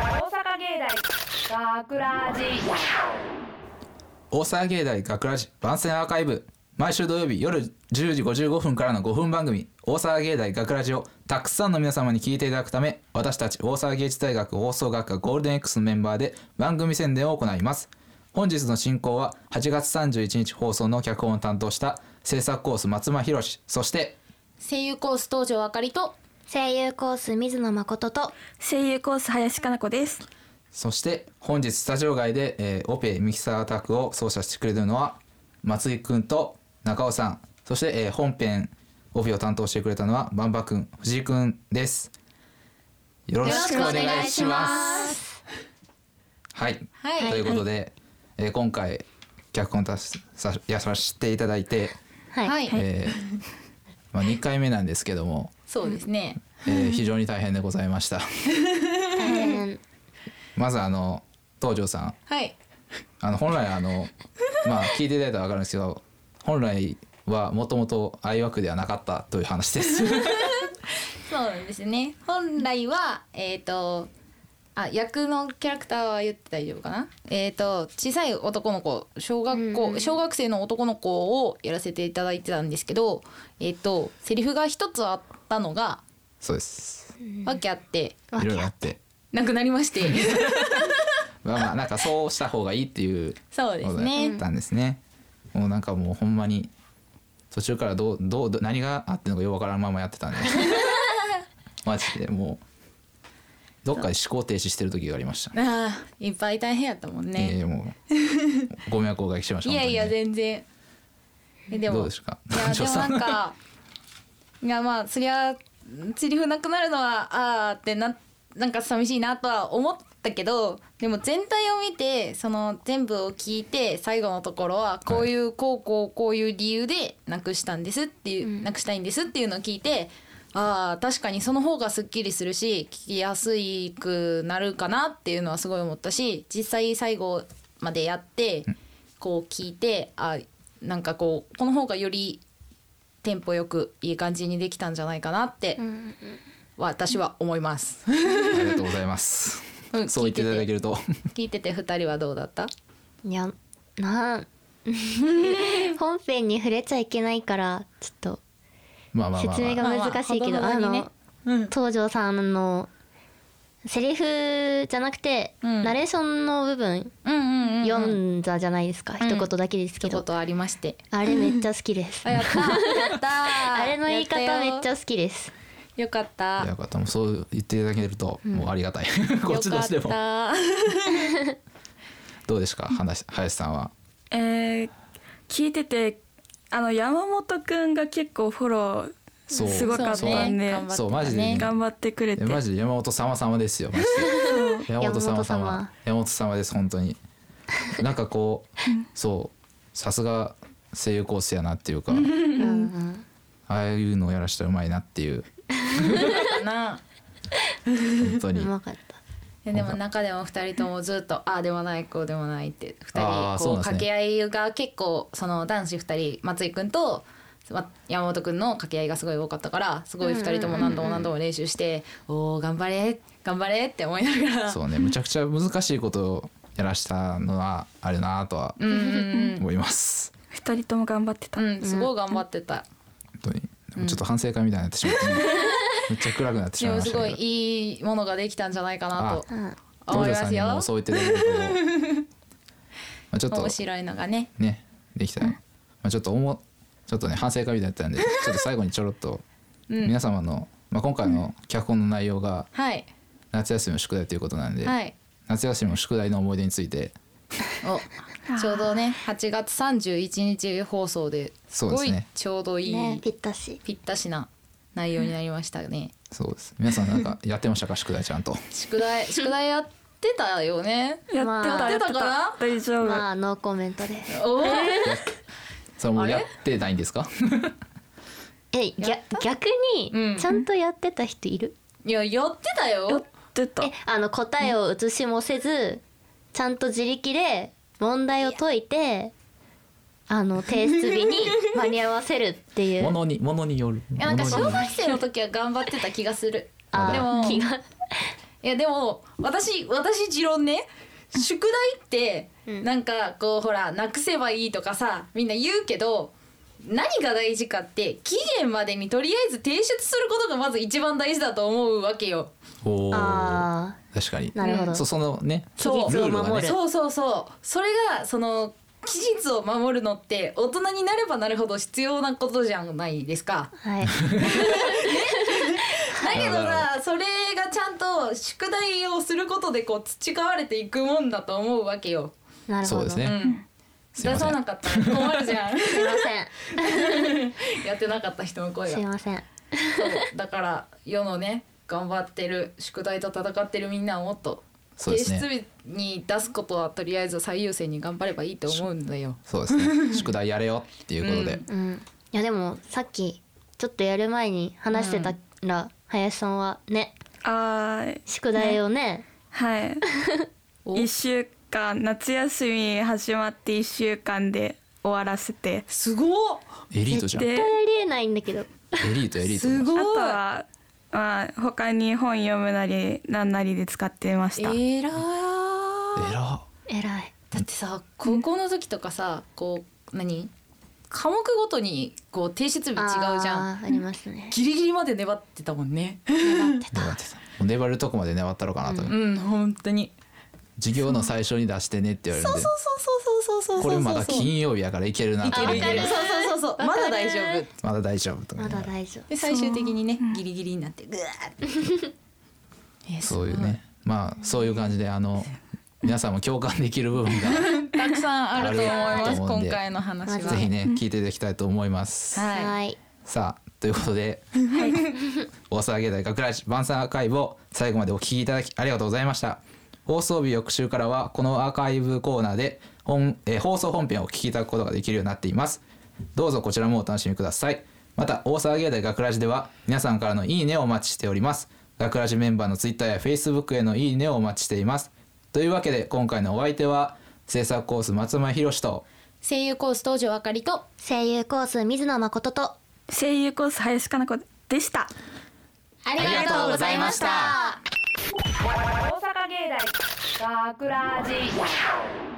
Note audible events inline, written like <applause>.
芸大学ラジ大沢芸大学ラジ番宣アーカイブ毎週土曜日夜10時55分からの5分番組「大沢芸大学ラジをたくさんの皆様に聞いていただくため私たち大沢芸術大学放送学科ゴールデン X のメンバーで番組宣伝を行います本日の進行は8月31日放送の脚本を担当した制作コース松間博史そして声優コース東条あかりと声優コース水野誠と声優コース林かな子ですそして本日スタジオ外で、えーオペミキサータックを操作してくれるのは松井くんと中尾さんそして、えー本編オペを担当してくれたのはバンバくん藤井くんですよろしくお願いしますはい、はいということで、えー今回脚本たしさやさせていただいて、はい、はい、えーまあ、2回目なんですけども、そうですねえー非常に大変でございました大変まずあの東條さんはいあの本来あの <laughs> まあ聞いていただいたら分かるんですけど本来はもともと愛枠ではなかったという話です <laughs> そうなんですね本来はえっ、とあ役のキャラクターは言って大丈夫かなえっ、と小さい男の子小学校、小学生の男の子をやらせていただいてたんですけどえっ、とセリフが一つあったのがそうですわけあっていろいろあってなくなり <laughs> ましてまあまあなんかそうした方がいいっていうそうでこすとだね、ったんですねもうなんかもうほんまに途中からどうどうど何があってんのかよくわからんままやってた <laughs> んでマジでもうどっかで思考停止してる時がありましたねああいっぱい大変やったもんね、いやいやも <laughs> うご迷惑をおかけしましたいやいや本当にね全然えでどうもですかいやでもなんかいやまあそりゃセリフなくなるのはあーってななんか寂しいなとは思ったけどでも全体を見てその全部を聞いて最後のところはこういうこうこうこういう理由でなくしたんですっていう、なくしたいんですっていうのを聞いてあー確かにその方がすっきりするし聞きやすくなるかなっていうのはすごい思ったし実際最後までやってこう聞いてあなんかこうこの方がよりテンポよくいい感じにできたんじゃないかなって、私は思います。ありがとうございます。うんそう言っていただけると、聞いてて二人はどうだった？ <laughs> いやなん <laughs> 本編に触れちゃいけないからちょっと <laughs> まあまあまあ、説明まがあ、難しいけど、まあまああほどほどにねの、東條さんのセリフじゃなくて、うんナレーションの部分うんうんうん、読んんだじゃないですか、うん一言だけですけ一ど、言ありまして。あれめっちゃ好きです、あやった <laughs> やったー。あれの言い方めっちゃゃ好きですよかった。よかったもうそう言っていただけると、もうありがたい。 <laughs> こっちとしてよもかっ <laughs> どうですか、話林さんは。えー、聞いててあの山本くんが結構フォローそうすごかったそそうねうね。頑張ったねそうマジでね頑張ってくれてえマジで山本様様ですよ。マジで山本様山様本様。山本様です本当に。なんかこうそうさすが声優コースやなっていうか、ああいうのをやらしたらうまいなっていうかな。本当うに。 <laughs> まかったででも中でも二人ともずっとああでもないこうでもないって二あー人そうこうなんですね掛け合いが結構その男子二人松井くんとま山本くんの掛け合いがすごい多かったからすごい二人とも何度も何度も練習しておお頑張れ頑張れって思いながらそうねむちゃくちゃ難しいことをやらしたのはあるなとはうんうん思います。二人とも頑張ってた、うんうんすごい頑張ってた本当にでもちょっと反省会みたいになってしま <laughs> って、めっちゃ暗くなってしでまいもましすたごけいどいいものができたんじゃないかなうとんどう思いぞまさんすにもよそう言っていただけるとまあちょっと面白いのがねねできたら、まあちょっと思うちょっとね反省会みたいだ <laughs> ったんでちょっと最後にちょろっとうん皆様の、まあ、今回の脚本の内容がはい夏休みの宿題ということなんで、はい夏休みの宿題の思い出についておちょうどね8月31日放送ですそうでごすいねちょうどいい、ねぴったしぴったしな内容になりましたね。そうです皆さん <laughs> なんかやってましたか宿題ちゃんと宿題宿題やってたよね。やまっあてた、ややってってたかなた大丈夫、まあノーコメントですおーそれもあうれやってないんですかえぎゃ逆うんにちゃんとやってた人いる、いややってたやっよ。てたえあの答えを写しもせずちゃんと自力で問題を解いてあの提出 <laughs> 日に間に合わせるっていもうのにものによるいやなんかものに小よる学生の時は頑張ってた気がする。あでも気がいやでも私私持論ね宿題ってうんなんかこうほらなくせばいいとかさみんな言うけど何が大事かって期限までにとりあえず提出することがまず一番大事だと思うわけよ。おーあ確かにーなるほど、そそのねそうルールは守ねるそうそうそうそれがその期日を守るのって大人になればなるほど必要なことじゃないですか。はいだけどなるほさそれがちゃんと宿題をすることでこう培われていくもんだと思うわけよ。なるほどそうですねうん、すい出ませんさなかったら困るじゃん <laughs> すいませんやってなかった人の声がすいませんそうだから世のね頑張ってる宿題と戦ってるみんなをもっとそう提ですね出日に出すことはとりあえず最優先に頑張ればいいと思うんだよ。そうです <laughs> ね宿題やれよっていうことで、うんうんいやでもさっきちょっとやる前に話してたら、林さんはねあー宿題をねはい <laughs> お1週間夏休み始まって1週間で終わらせてすごっエリートじゃんエで絶対ありえないんだけどリートエリートすあごいとは、まあ、他に本読むなりなんなりで使ってました、えらえら偉いだってさ高校の時とかさこう何科目ごとにこう提出日違うじゃんあーあります <laughs> ねギリギリまで粘ってたもんね粘ってた粘ってたもう粘るとこまで粘ったろかなと、うん本当に授業の最初に出してねって言われるんでそうそうそうそうそうそうそうこれまだ金曜日やからいけるないとけ思るいいなけがるらそうそうそうそうまだ大丈夫まだ大丈夫とか言まいなだがら大丈夫で最終的にねギリギリになってぐわーって <laughs> えすそごういうねまあそういう感じであの皆さんも共感できる部分たくさんあると思いあまるすと思うんで今回の話は <laughs> ぜがぜひね聞いていただきたいと思います、はいはいさあということで大沢芸大学ラジ晩餐アーカイブを最後までお聞きいただきありがとうございました放送日翌週からはこのアーカイブコーナーで本、えー放送本編をお聞きいただくことができるようになっていますどうぞこちらもお楽しみくださいまた大沢芸大学ラジでは皆さんからのいいねをお待ちしております学ラジメンバーのツイッターやフェイスブックへのいいねをお待ちしていますというわけで今回のお相手は制作コース松前宏と声優コース東條あかりと声優コース水野誠と声優コース林かな子でしたありがとうございました大阪芸大学ラジ